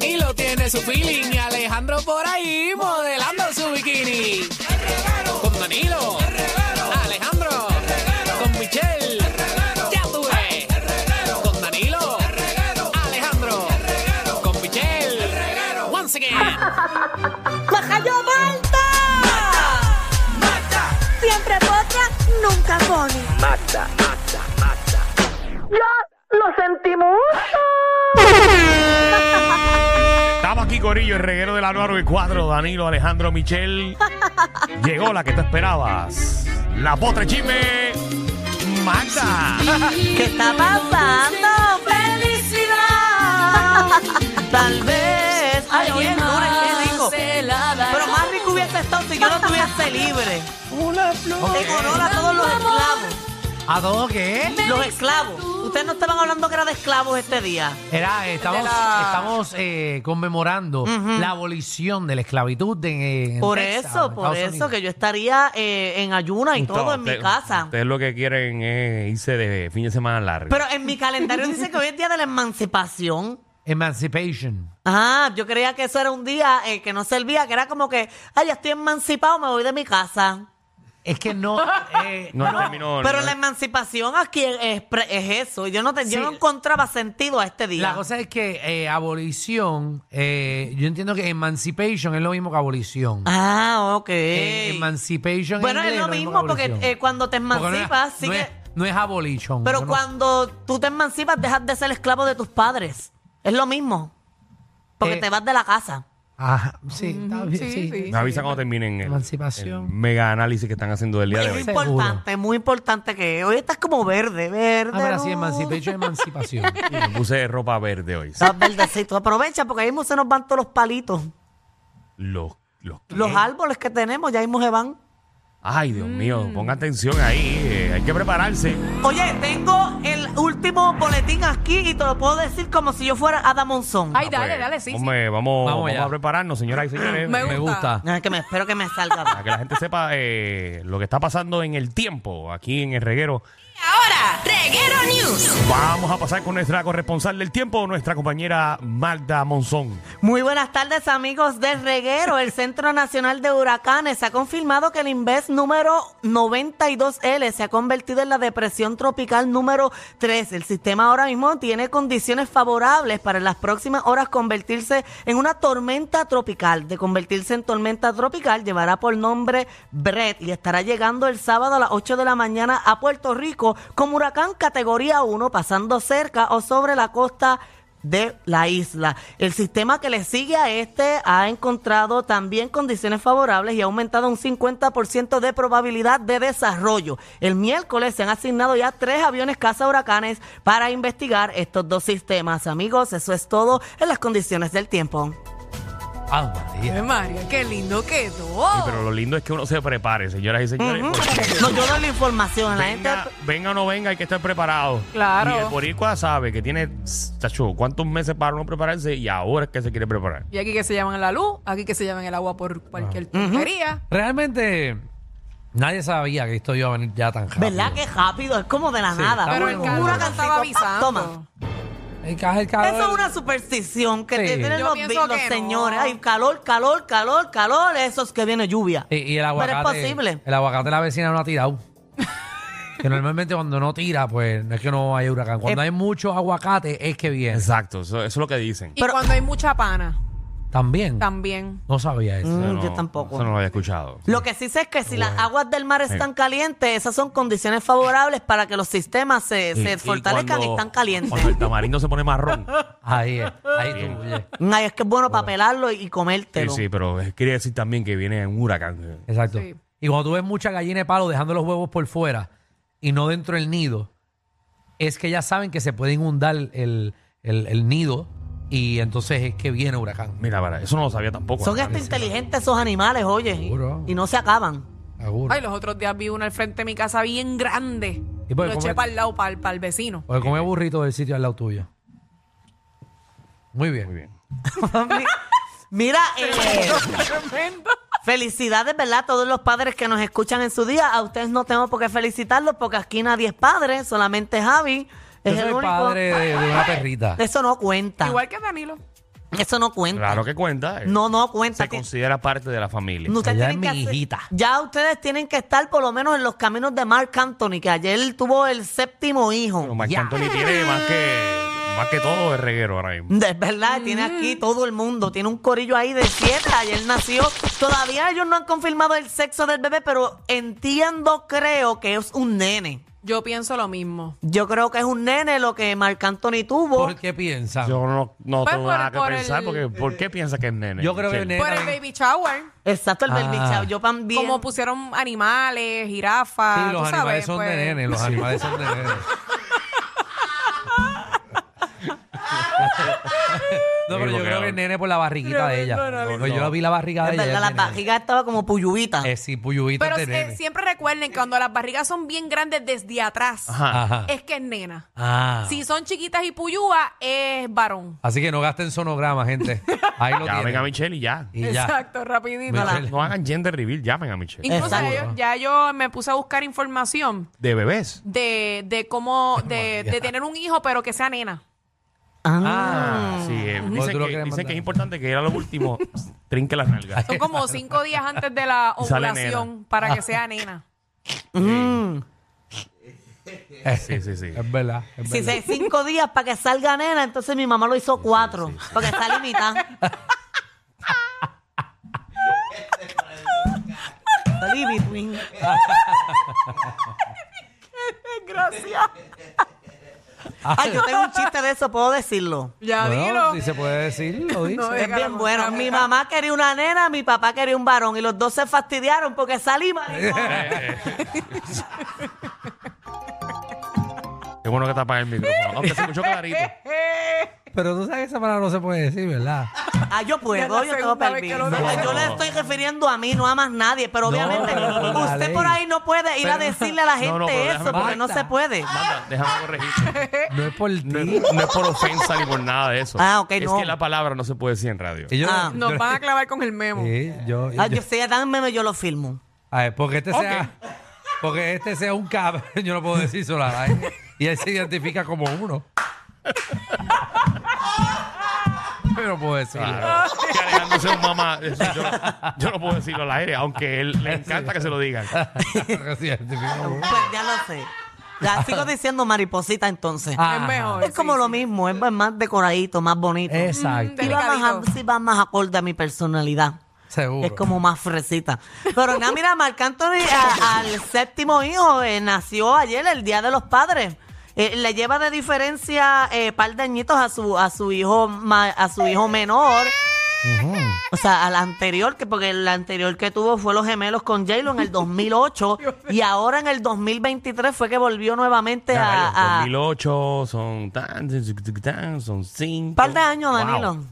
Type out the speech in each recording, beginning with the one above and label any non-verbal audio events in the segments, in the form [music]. de su feeling y Alejandro por ahí modelando su bikini. Con Danilo. Alejandro. Con Michelle. Ya tuve. Con Danilo. Alejandro. Con Michelle. Once again. [laughs] ¡Majayo Malta! ¡Mata! ¡Mata! Siempre potra, nunca pone. ¡Mata! ¡Mata! ¡Mata! ¡Ya lo sentimos! Estamos aquí, Corillo, el reguero de la 94, Danilo, Alejandro, Michel. Llegó la que te esperabas. La potre chisme, Magda. ¿Qué está pasando? [laughs] ¡Felicidad! Tal vez Ay, hoy alguien es lunes, qué más rico. se la dará. Pero más rico hubiese estado si yo no estuviese libre. En honor a todos los esclavos. ¿A todo qué? Los esclavos. Ustedes no estaban hablando que era de esclavos este día. Era, eh, estamos, estamos eh, conmemorando la abolición de la esclavitud de, en Por Texas, eso, en por Estados eso, Unidos. que yo estaría eh, en ayuna y todo en mi Ustedes- casa. Ustedes lo que quieren es irse de fin de semana largo. Pero en mi calendario dice que hoy es día de la emancipación. Emancipation. Ah, yo creía que eso era un día eh, que no servía, que era como que, ay, ya estoy emancipado, me voy de mi casa. Es que [laughs] no... eh, no, terminó. Pero no- la emancipación aquí es, es pre- es eso. Yo no, te- yo Sí. no encontraba sentido a este día. La cosa es que eh, abolición, eh, yo entiendo que emancipation es lo mismo que abolición. Ah, ok. Eh, emancipation bueno, en es inglés lo mismo que porque abolición. eh, cuando te Porque emancipas, no es, no sigue- es- no es abolición. pero yo no- cuando tú te emancipas, dejas de ser esclavo de tus padres. Es lo mismo. Porque Eh, te vas de la casa. Ajá, sí, está bien, sí. Nos avisan cuando terminen el, Emancipación. el mega análisis que están haciendo del día de Es hoy. Ese- importante, es muy importante que hoy estás como verde, verde. Ah, pero sí, luz. emancipation es emancipación. Me puse ropa verde hoy. Estás verdecito. Aprovecha porque ahí mismo se nos van todos los palitos. Los, los- Los árboles que tenemos, ya mismo se van. Ay, Dios mío, ponga atención ahí. eh, hay que prepararse. Oye, tengo el último boletín aquí y te lo puedo decir como si yo fuera Ada Monzón. Ay, Ah, dale, pues, dale, sí, sí. hombre, Vamos, Vamos vamos ya. a prepararnos, señoras y señores. Me Me gusta. gusta. Ay, que [laughs] me espero que me salga. Para que la gente sepa eh, lo que está pasando en el tiempo aquí en el reguero. Ahora, Reguero News. Vamos a pasar con nuestra corresponsal del tiempo, nuestra compañera Magda Monzón. Muy buenas tardes, amigos de Reguero. El Centro Nacional de Huracanes ha confirmado que el Inves número 92L se ha convertido en la depresión tropical número 3. El sistema ahora mismo tiene condiciones favorables para en las próximas horas convertirse en una tormenta tropical. De convertirse en tormenta tropical, llevará por nombre Brett y estará llegando el sábado a las 8 de la mañana a Puerto Rico como huracán categoría 1, pasando cerca o sobre la costa de la isla. El sistema que le sigue a este ha encontrado también condiciones favorables y ha aumentado un 50% de probabilidad de desarrollo. El miércoles se han asignado ya tres aviones caza huracanes para investigar estos dos sistemas. Amigos, eso es todo en las condiciones del tiempo. Ah, María. Ay, María, qué lindo quedó. Sí, pero lo lindo es que uno se prepare, señoras y señores. porque No, yo doy la información. La gente... venga, venga o no venga, hay que estar preparado. Claro. Y el boricua sabe que tiene, chacho, cuántos meses para uno prepararse y ahora es que se quiere preparar. Y aquí que se llaman la luz, aquí que se llaman el agua por cualquier Ah. tontería. Realmente nadie sabía que esto iba a venir ya tan rápido. ¿Verdad que rápido? Es como de la Sí, nada. está Pero bueno, el carro bueno. no estaba avisando. Toma. El ca- el calor- Eso es una superstición que Sí. tienen Yo los, pienso vi- los que no. señores. Ay, calor, calor, calor, calor. Eso es que viene lluvia. Y, y el aguacate. Pero es posible. El aguacate de la vecina no [laughs] ha tirado. que normalmente cuando no tira, pues no es que no haya huracán. Cuando Eh, hay muchos aguacates, es que viene. Exacto, eso, eso es lo que dicen. Y cuando hay mucha pana, También. también. No sabía eso. Mm, Eso yo tampoco. Eso no lo había escuchado. Lo que sí sé es que si las aguas del mar están calientes, esas son condiciones favorables para que los sistemas se, Sí, se y fortalezcan y cuando- están calientes. Cuando el tamarindo se pone [laughs] marrón. Ahí es. Ahí tú. oye. Mm, Ay, es que es bueno para pelarlo y y Sí, comértelo. sí, pero quería decir también que viene un huracán. Exacto. Sí. Y cuando tú ves mucha gallina de palo dejando los huevos por fuera y no dentro del nido, es que ya saben que se puede inundar el, el- el nido y entonces es que viene huracán. Mira, para, eso no lo sabía tampoco. Son este- hasta Huracán. inteligentes esos animales, oye. y- Seguro. Y no se acaban. Seguro. Ay, los otros días vi una al frente de mi casa bien grande. ¿Y por qué lo eché comes? para el lado, para el vecino. Porque come burrito del sitio al lado tuyo. Muy bien. Muy bien. Mira, eh, Tremendo. felicidades, ¿verdad? A todos los padres que nos escuchan en su día. A ustedes no tengo por qué felicitarlos porque aquí nadie es padre, solamente Javi. Es Yo el soy único. [laughs] padre de, de una perrita. Eso no cuenta. Igual que Danilo. Eso no cuenta. Claro que cuenta. eh, No, no cuenta. Se Ti- considera parte de la familia. no, ustedes Allá tienen es que mi hacer- hijita. ya ustedes tienen que estar por lo menos en los caminos de Mark Anthony, que ayer tuvo el séptimo hijo. Pero Marc Ya. Anthony tiene más que, más que todo de reguero ahora mismo. De Mm. verdad, tiene aquí todo el mundo. Tiene un corillo ahí de siete. Ayer nació. Todavía ellos no han confirmado el sexo del bebé, pero entiendo, creo que es un nene. Yo pienso lo mismo. Yo creo que es un nene lo que Marc Anthony tuvo. ¿Por qué piensan? Yo, Yo no, no Pues tengo por- nada que por pensar el- porque ¿por qué piensas que es nene? creo que Michelle? nena Por el ven- baby shower. Exacto, el Ah. baby shower. Yo también. Como pusieron animales, jirafas. Sí, los tú sabes, animales son pues. de nene, los animales son de [laughs] nene. No, pero yo porque creo que ahora- el nene por la barriguita de ella. No, no, Porque Yo la vi la barriga de es ella. verdad, ella la es de nene. barriga estaba como puyubita. Eh, sí, puyubita Pero es de eh, nene. siempre recuerden que cuando las barrigas son bien grandes desde atrás, Ajá. Ajá. es que es nena. Ah. Si son chiquitas y puyúas, es varón. Así que no gasten sonograma, gente. Ahí [laughs] lo Llamen a tienen. Michelle y ya. Y ya. Exacto, rapidito. Michelle. No hagan gender reveal, llamen a Michelle. Incluso Exacto. ya yo, ya yo me puse a buscar información De bebés. de, [laughs] de cómo, de, de tener un hijo, pero que sea nena. Ah, sí. eh, Porque tú Dicen, lo que, quieres dicen que es mandar. importante que era lo último. [laughs] trinque las nalgas. Son como cinco días [laughs] antes de la Y sale ovulación nena. para que sea nena. [laughs] Sí, sí, sí. Es verdad. es Si verdad. se cinco días para que salga nena, entonces mi mamá lo hizo cuatro. sí, sí. Porque está limitada. Está in between. Gracias. Ay, yo tengo un chiste de eso, puedo decirlo. [laughs] Ya Bueno, si dilo. se puede decir, lo dice. No, Es déjalo, bien bueno. déjalo. Mi mamá quería una nena, mi papá quería un varón. Y los dos se fastidiaron porque salí [laughs] maricón. Qué bueno que tapas el micrófono. Aunque se escuchó clarito. Pero tú sabes que esa palabra no se puede decir, ¿verdad? Ah, yo Ya es puedo, la yo tengo segunda vez que permiso. lo Porque dices. Yo le estoy refiriendo a mí, no a más nadie. Pero No, obviamente pero por la usted ley. por ahí no puede ir a Pero- decirle [laughs] a la gente No, no, pero eso déjame- porque no Basta. se puede. Manda, déjame corregirte. No es por No, ti. es- no es por ofensa ni por nada de eso. Ah, ok, es no. que la palabra no se puede decir en radio. Y yo- Ah. yo- Nos van a clavar con el memo. Sí, yo, Ah, yo- yo sé, dan meme, yo lo filmo. A ver, porque este sea. Porque este sea un cabrón, [laughs] yo no puedo decir Solar. ¿eh? Y él se identifica como uno. [laughs] Pero puedo decirlo. Claro. Que Alejandro sea un mamá. eso yo, yo no puedo decirlo al aire, aunque él le encanta que se lo digan. Porque se identifica como uno. Pues ya lo sé. Ya sigo [laughs] diciendo mariposita entonces. Ah, Es mejor. es como sí, lo sí. mismo, es más decoradito, más bonito. Eh, Exacto. Y va más, a- Delicadito. sí, va más acorde a mi personalidad. Seguro. Es como más fresita. Pero nada, mira, Marc Anthony a- al séptimo hijo eh, nació ayer, el Día de los Padres. Eh, le lleva de diferencia eh, par de añitos a su, a su hijo ma- a su hijo menor. O sea, al anterior, que porque el anterior que tuvo fue los gemelos con J-Lo en el 2008 y ahora en el 2023 fue que volvió nuevamente a, a- Carayos, 2008, son tan, tan, son 5. par de años, Danilo.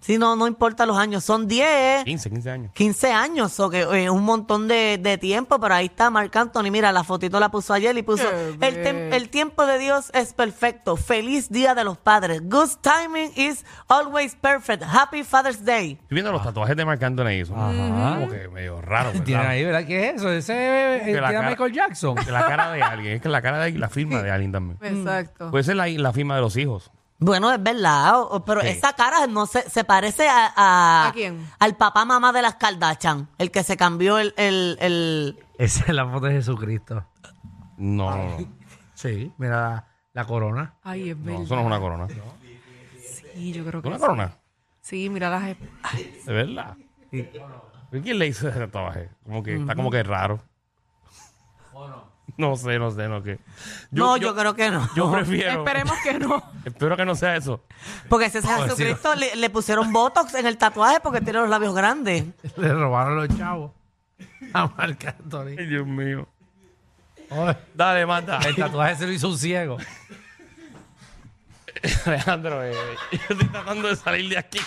Si no, no importa los años, son 10. 15, 15 años. 15 años, o que eh, un montón de, de tiempo, pero ahí está Marc Anthony. Mira, la fotito la puso ayer y puso: Qué el, tem- bien. el tiempo de Dios es perfecto. Feliz Día de los Padres. Good timing is always perfect. Happy Father's Day. Estoy viendo los tatuajes de Marc Anthony ahí. Son Ah. Ajá. como que medio raro. Tiene ¿verdad? ahí, ¿verdad? ¿Qué es eso? Ese eh, Que la tiene a cara- Michael Jackson. De la cara de alguien. Es que la cara de la firma de alguien también. Exacto. Puede ser la, la firma de los hijos. Bueno, es verdad, o- o- pero Sí. esa cara no se, se parece a, a- ¿A quién? al papá mamá de las Kardashian, el que se cambió el, el, el- Esa es la foto de Jesucristo. No, no, no. Sí, mira la, la corona. [laughs] Ay, es No, verdad. Eso no es una corona. ¿Es Sí, yo creo que una sí. corona? Sí, mira las... esp- De verdad. ¿Y ¿Quién le hizo ese tatuaje? Como que está como que raro. No sé, no sé, no que. no, yo, creo que [laughs] no. Yo prefiero. Esperemos que no. [laughs] Espero que no sea eso. Porque si es Joder, sí. Jesucristo le, le pusieron botox en el tatuaje porque tiene los labios grandes. Le robaron los chavos a Marc Anthony. Ay, Dios mío. Oye, Dale, manda. El tatuaje se lo hizo un ciego. Alejandro, eh, [laughs] yo estoy tratando de salir de aquí.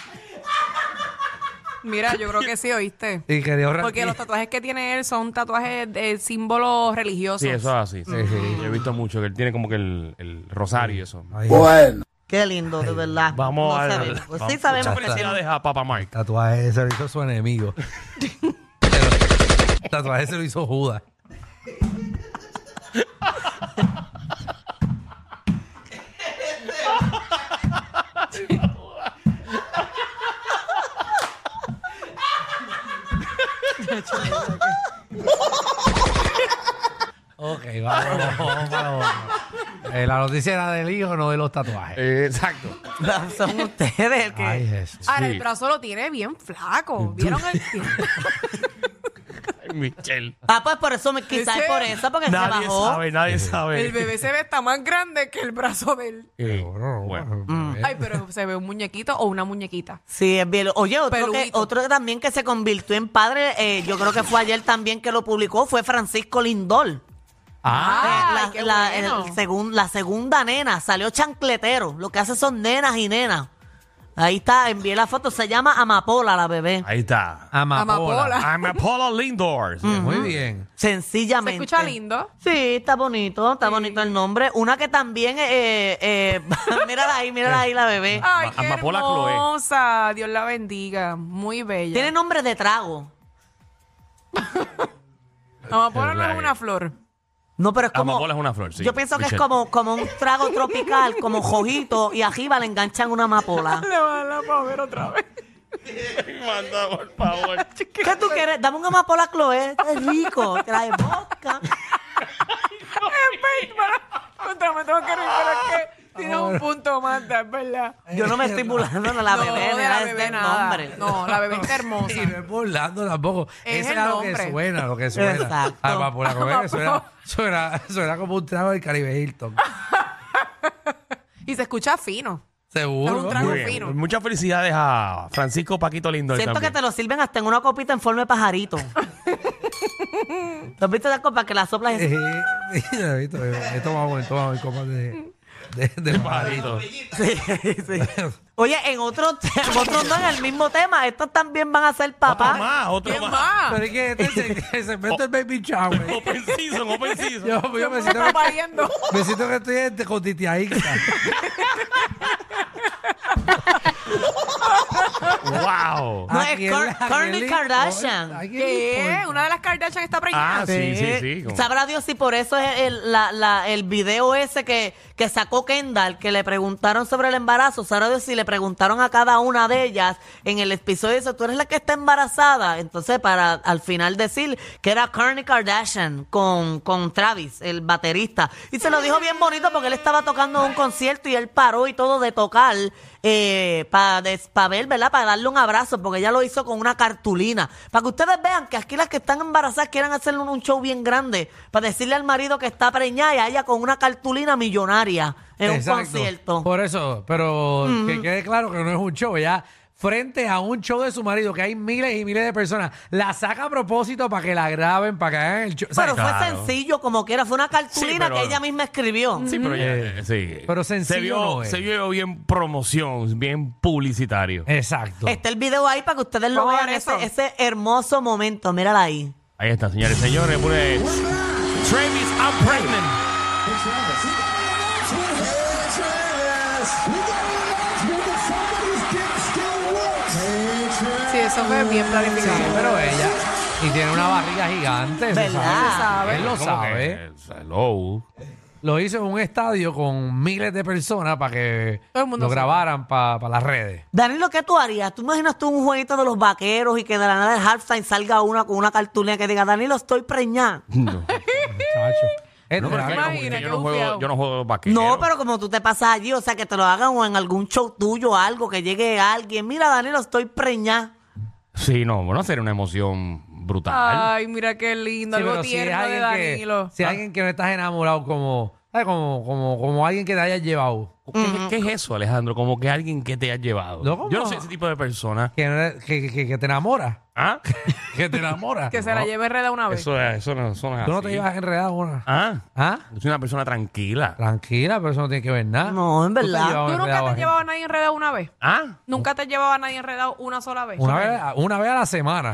Mira, yo creo que sí, ¿oíste? Y que Dios Porque los tatuajes que tiene él son tatuajes de símbolos religiosos. Sí, eso es así. Sí, sí. Yo he visto mucho que él tiene como que el, el rosario y eso. Ay, Bueno. Qué lindo, de verdad. Vamos Ah, No a sabemos. Pues ver. Sí sabemos que sí. felicidades a Papá Mike. Tatuaje se lo hizo su enemigo. Pero tatuaje se lo hizo Judas. Eh, la noticia era del hijo, no de los tatuajes. Eh, exacto. Son [laughs] ustedes el que. Ay, Jesús. Ahora, Sí. Ah, el brazo lo tiene bien flaco. ¿Vieron el [laughs] Ay, Michelle. Ah, pues por eso, me- quizás Ese- es por eso, porque se Nadie bajó. sabe, nadie sabe. El bebé se ve está más grande que el brazo del... Eh, bueno. Bueno. Eh. Ay, pero se ve un muñequito o una muñequita. Sí, es bien. Oye, otro, que, Peludito. otro también que se convirtió en padre, eh, yo creo que fue ayer también que lo publicó, fue Francisco Lindol. Ah, Ay, la, qué la- bueno. el segun- la segunda nena salió chancletero. Lo que hace son nenas y nenas. Ahí está, envié la foto. Se llama Amapola la bebé. Ahí está. amapola. Amapola. I'm Apollo Lindor. Mm. Sí, Muy bien. Se Sencillamente. escucha lindo. Sí, está bonito, está bonito el nombre. Una que también, eh, eh, [laughs] mírala ahí, mírala ahí la bebé. Ay, Ama- qué Amapola Chloe. hermosa. Dios la bendiga. Muy bella. Tiene nombre de trago. Amapola no Right. es una flor. No, pero es como. Amapola es una flor, sí. Yo pienso que es Michelle. como, como un trago tropical, como jojito, y arriba le enganchan una amapola. Le va a dar la ver otra vez. Manda, por favor. [laughs] ¿Qué tú quieres? Dame una amapola, Chloe. Es rico. Trae vodka. Contra me tengo que reír, pero es que tiene un punto más, es verdad. Yo no me estoy burlando de la No, bebé, de mira, es del nombre. No, la bebé está hermosa. Y no es burlando tampoco. Es Eso el era lo que nombre. suena, lo que suena. Exacto. Amapola, como era, suena, Amapola. suena, suena como un trago del Caribe Hilton. Y se escucha fino. Seguro. Es un trago Muy Muy bien. fino. Muchas felicidades a Francisco Paquito Lindor. Siento que también. te lo sirven hasta en una copita en forma de [laughs] pajarito. ¿Lo has visto la copa que la soplas? y- Eh, mira, Vito, eh, He tomado, he tomado en copas de, de, de pajarito. Sí, [laughs] sí. Oye, en otro, te- en otro no, en el mismo tema, estos también van a ser Otro papás. más, otro ¿Quién más. más? Pero es que este se- el segmento del baby shower. Open season, open season. Yo, yo me, siento está que, pariendo? me siento que estoy este en- con Titi Aixa. wow. No, Aquí es en Kar- la- aquí Kourtney en la- Kardashian. aquí en la- ¿Qué? Una de las Kardashian está Ah, preñada. sí, sí, sí. como- Sabrá Dios si por eso es el, la- la- el video ese que, que sacó Kendall, que le preguntaron sobre el embarazo. Sabrá Dios si le preguntaron a cada una de ellas en el episodio eso, tú eres la que está embarazada. Entonces, para al final decir que era Kourtney Kardashian con, con Travis, el baterista. Y se lo dijo bien bonito porque él estaba tocando en un concierto y él paró y todo de tocar eh, para ver, ¿verdad? Para darle un abrazo, porque ella lo hizo con una cartulina. Para que ustedes vean que aquí las que están embarazadas quieren hacerle un, un show bien grande, para decirle al marido que está preñada y a ella con una cartulina millonaria en un Exacto. concierto. Por eso, pero que quede claro que no es un show, ya frente a un show de su marido que hay miles y miles de personas, la saca a propósito para que la graben, para que hagan el show. O sea, Pero fue Claro. sencillo, como que era, fue una cartulina pero- que ella misma escribió. Sí, pero ya, Mm. eh, sí. Pero se sencillo vio, no es. se vio bien promoción, bien publicitario. Exacto. Está el video ahí para que ustedes lo Vamos a vean, ver ese, eso. ese hermoso momento. Mírala ahí. Ahí está, señores, señores, pues, Travis, I'm pregnant. Sí, eso fue bien Sí, planificado. pero ella. Y tiene una barriga gigante. eso ¿Verdad? sabe. Él lo ¿Cómo sabe. que? Hello. Lo hizo en un estadio con miles de personas para que Todo el mundo lo sabe. grabaran para las redes. Danilo, ¿qué tú harías? ¿Tú imaginas tú un jueguito de los vaqueros y que de la nada del halftime salga una con una cartulina que diga, Danilo, estoy preñada? No, Muchacho. Este no, pero es que era Imagina, como que yo, no juego, qué bufiado. yo no juego vaquero. No, pero como tú te pasas allí, o sea, que te lo hagan o en algún show tuyo o algo, que llegue alguien. Mira, Danilo, estoy preñada. Sí, no, bueno, sería una emoción brutal. Ay, mira qué lindo. Sí, Algo pero si es tierno alguien de que- Danilo. si es Ah. alguien que no estás enamorado como, ¿sabes? como, como, como alguien que te haya llevado. ¿Qué, qué es eso, Alejandro? Como que alguien que te ha llevado. No, ¿cómo? Yo no soy ese tipo de persona. Que, no eres- que, que- que te enamora. [laughs] [laughs] ¿Ah? Que te enamora. Que se la No. lleve enreda una vez. Eso, eso no, eso no es Tú no así. te llevas enredado una. ¿Ah? ¿Ah? Yo soy una persona tranquila. Tranquila, pero eso no tiene que ver nada. No, en Tú te verdad. llevas ¿Tú nunca enredado ¿eh? te a has llevado a nadie enredado una vez? ¿Ah? ¿Nunca te has llevado a nadie enredado una sola vez? gente. Una vez, a- una vez a la semana.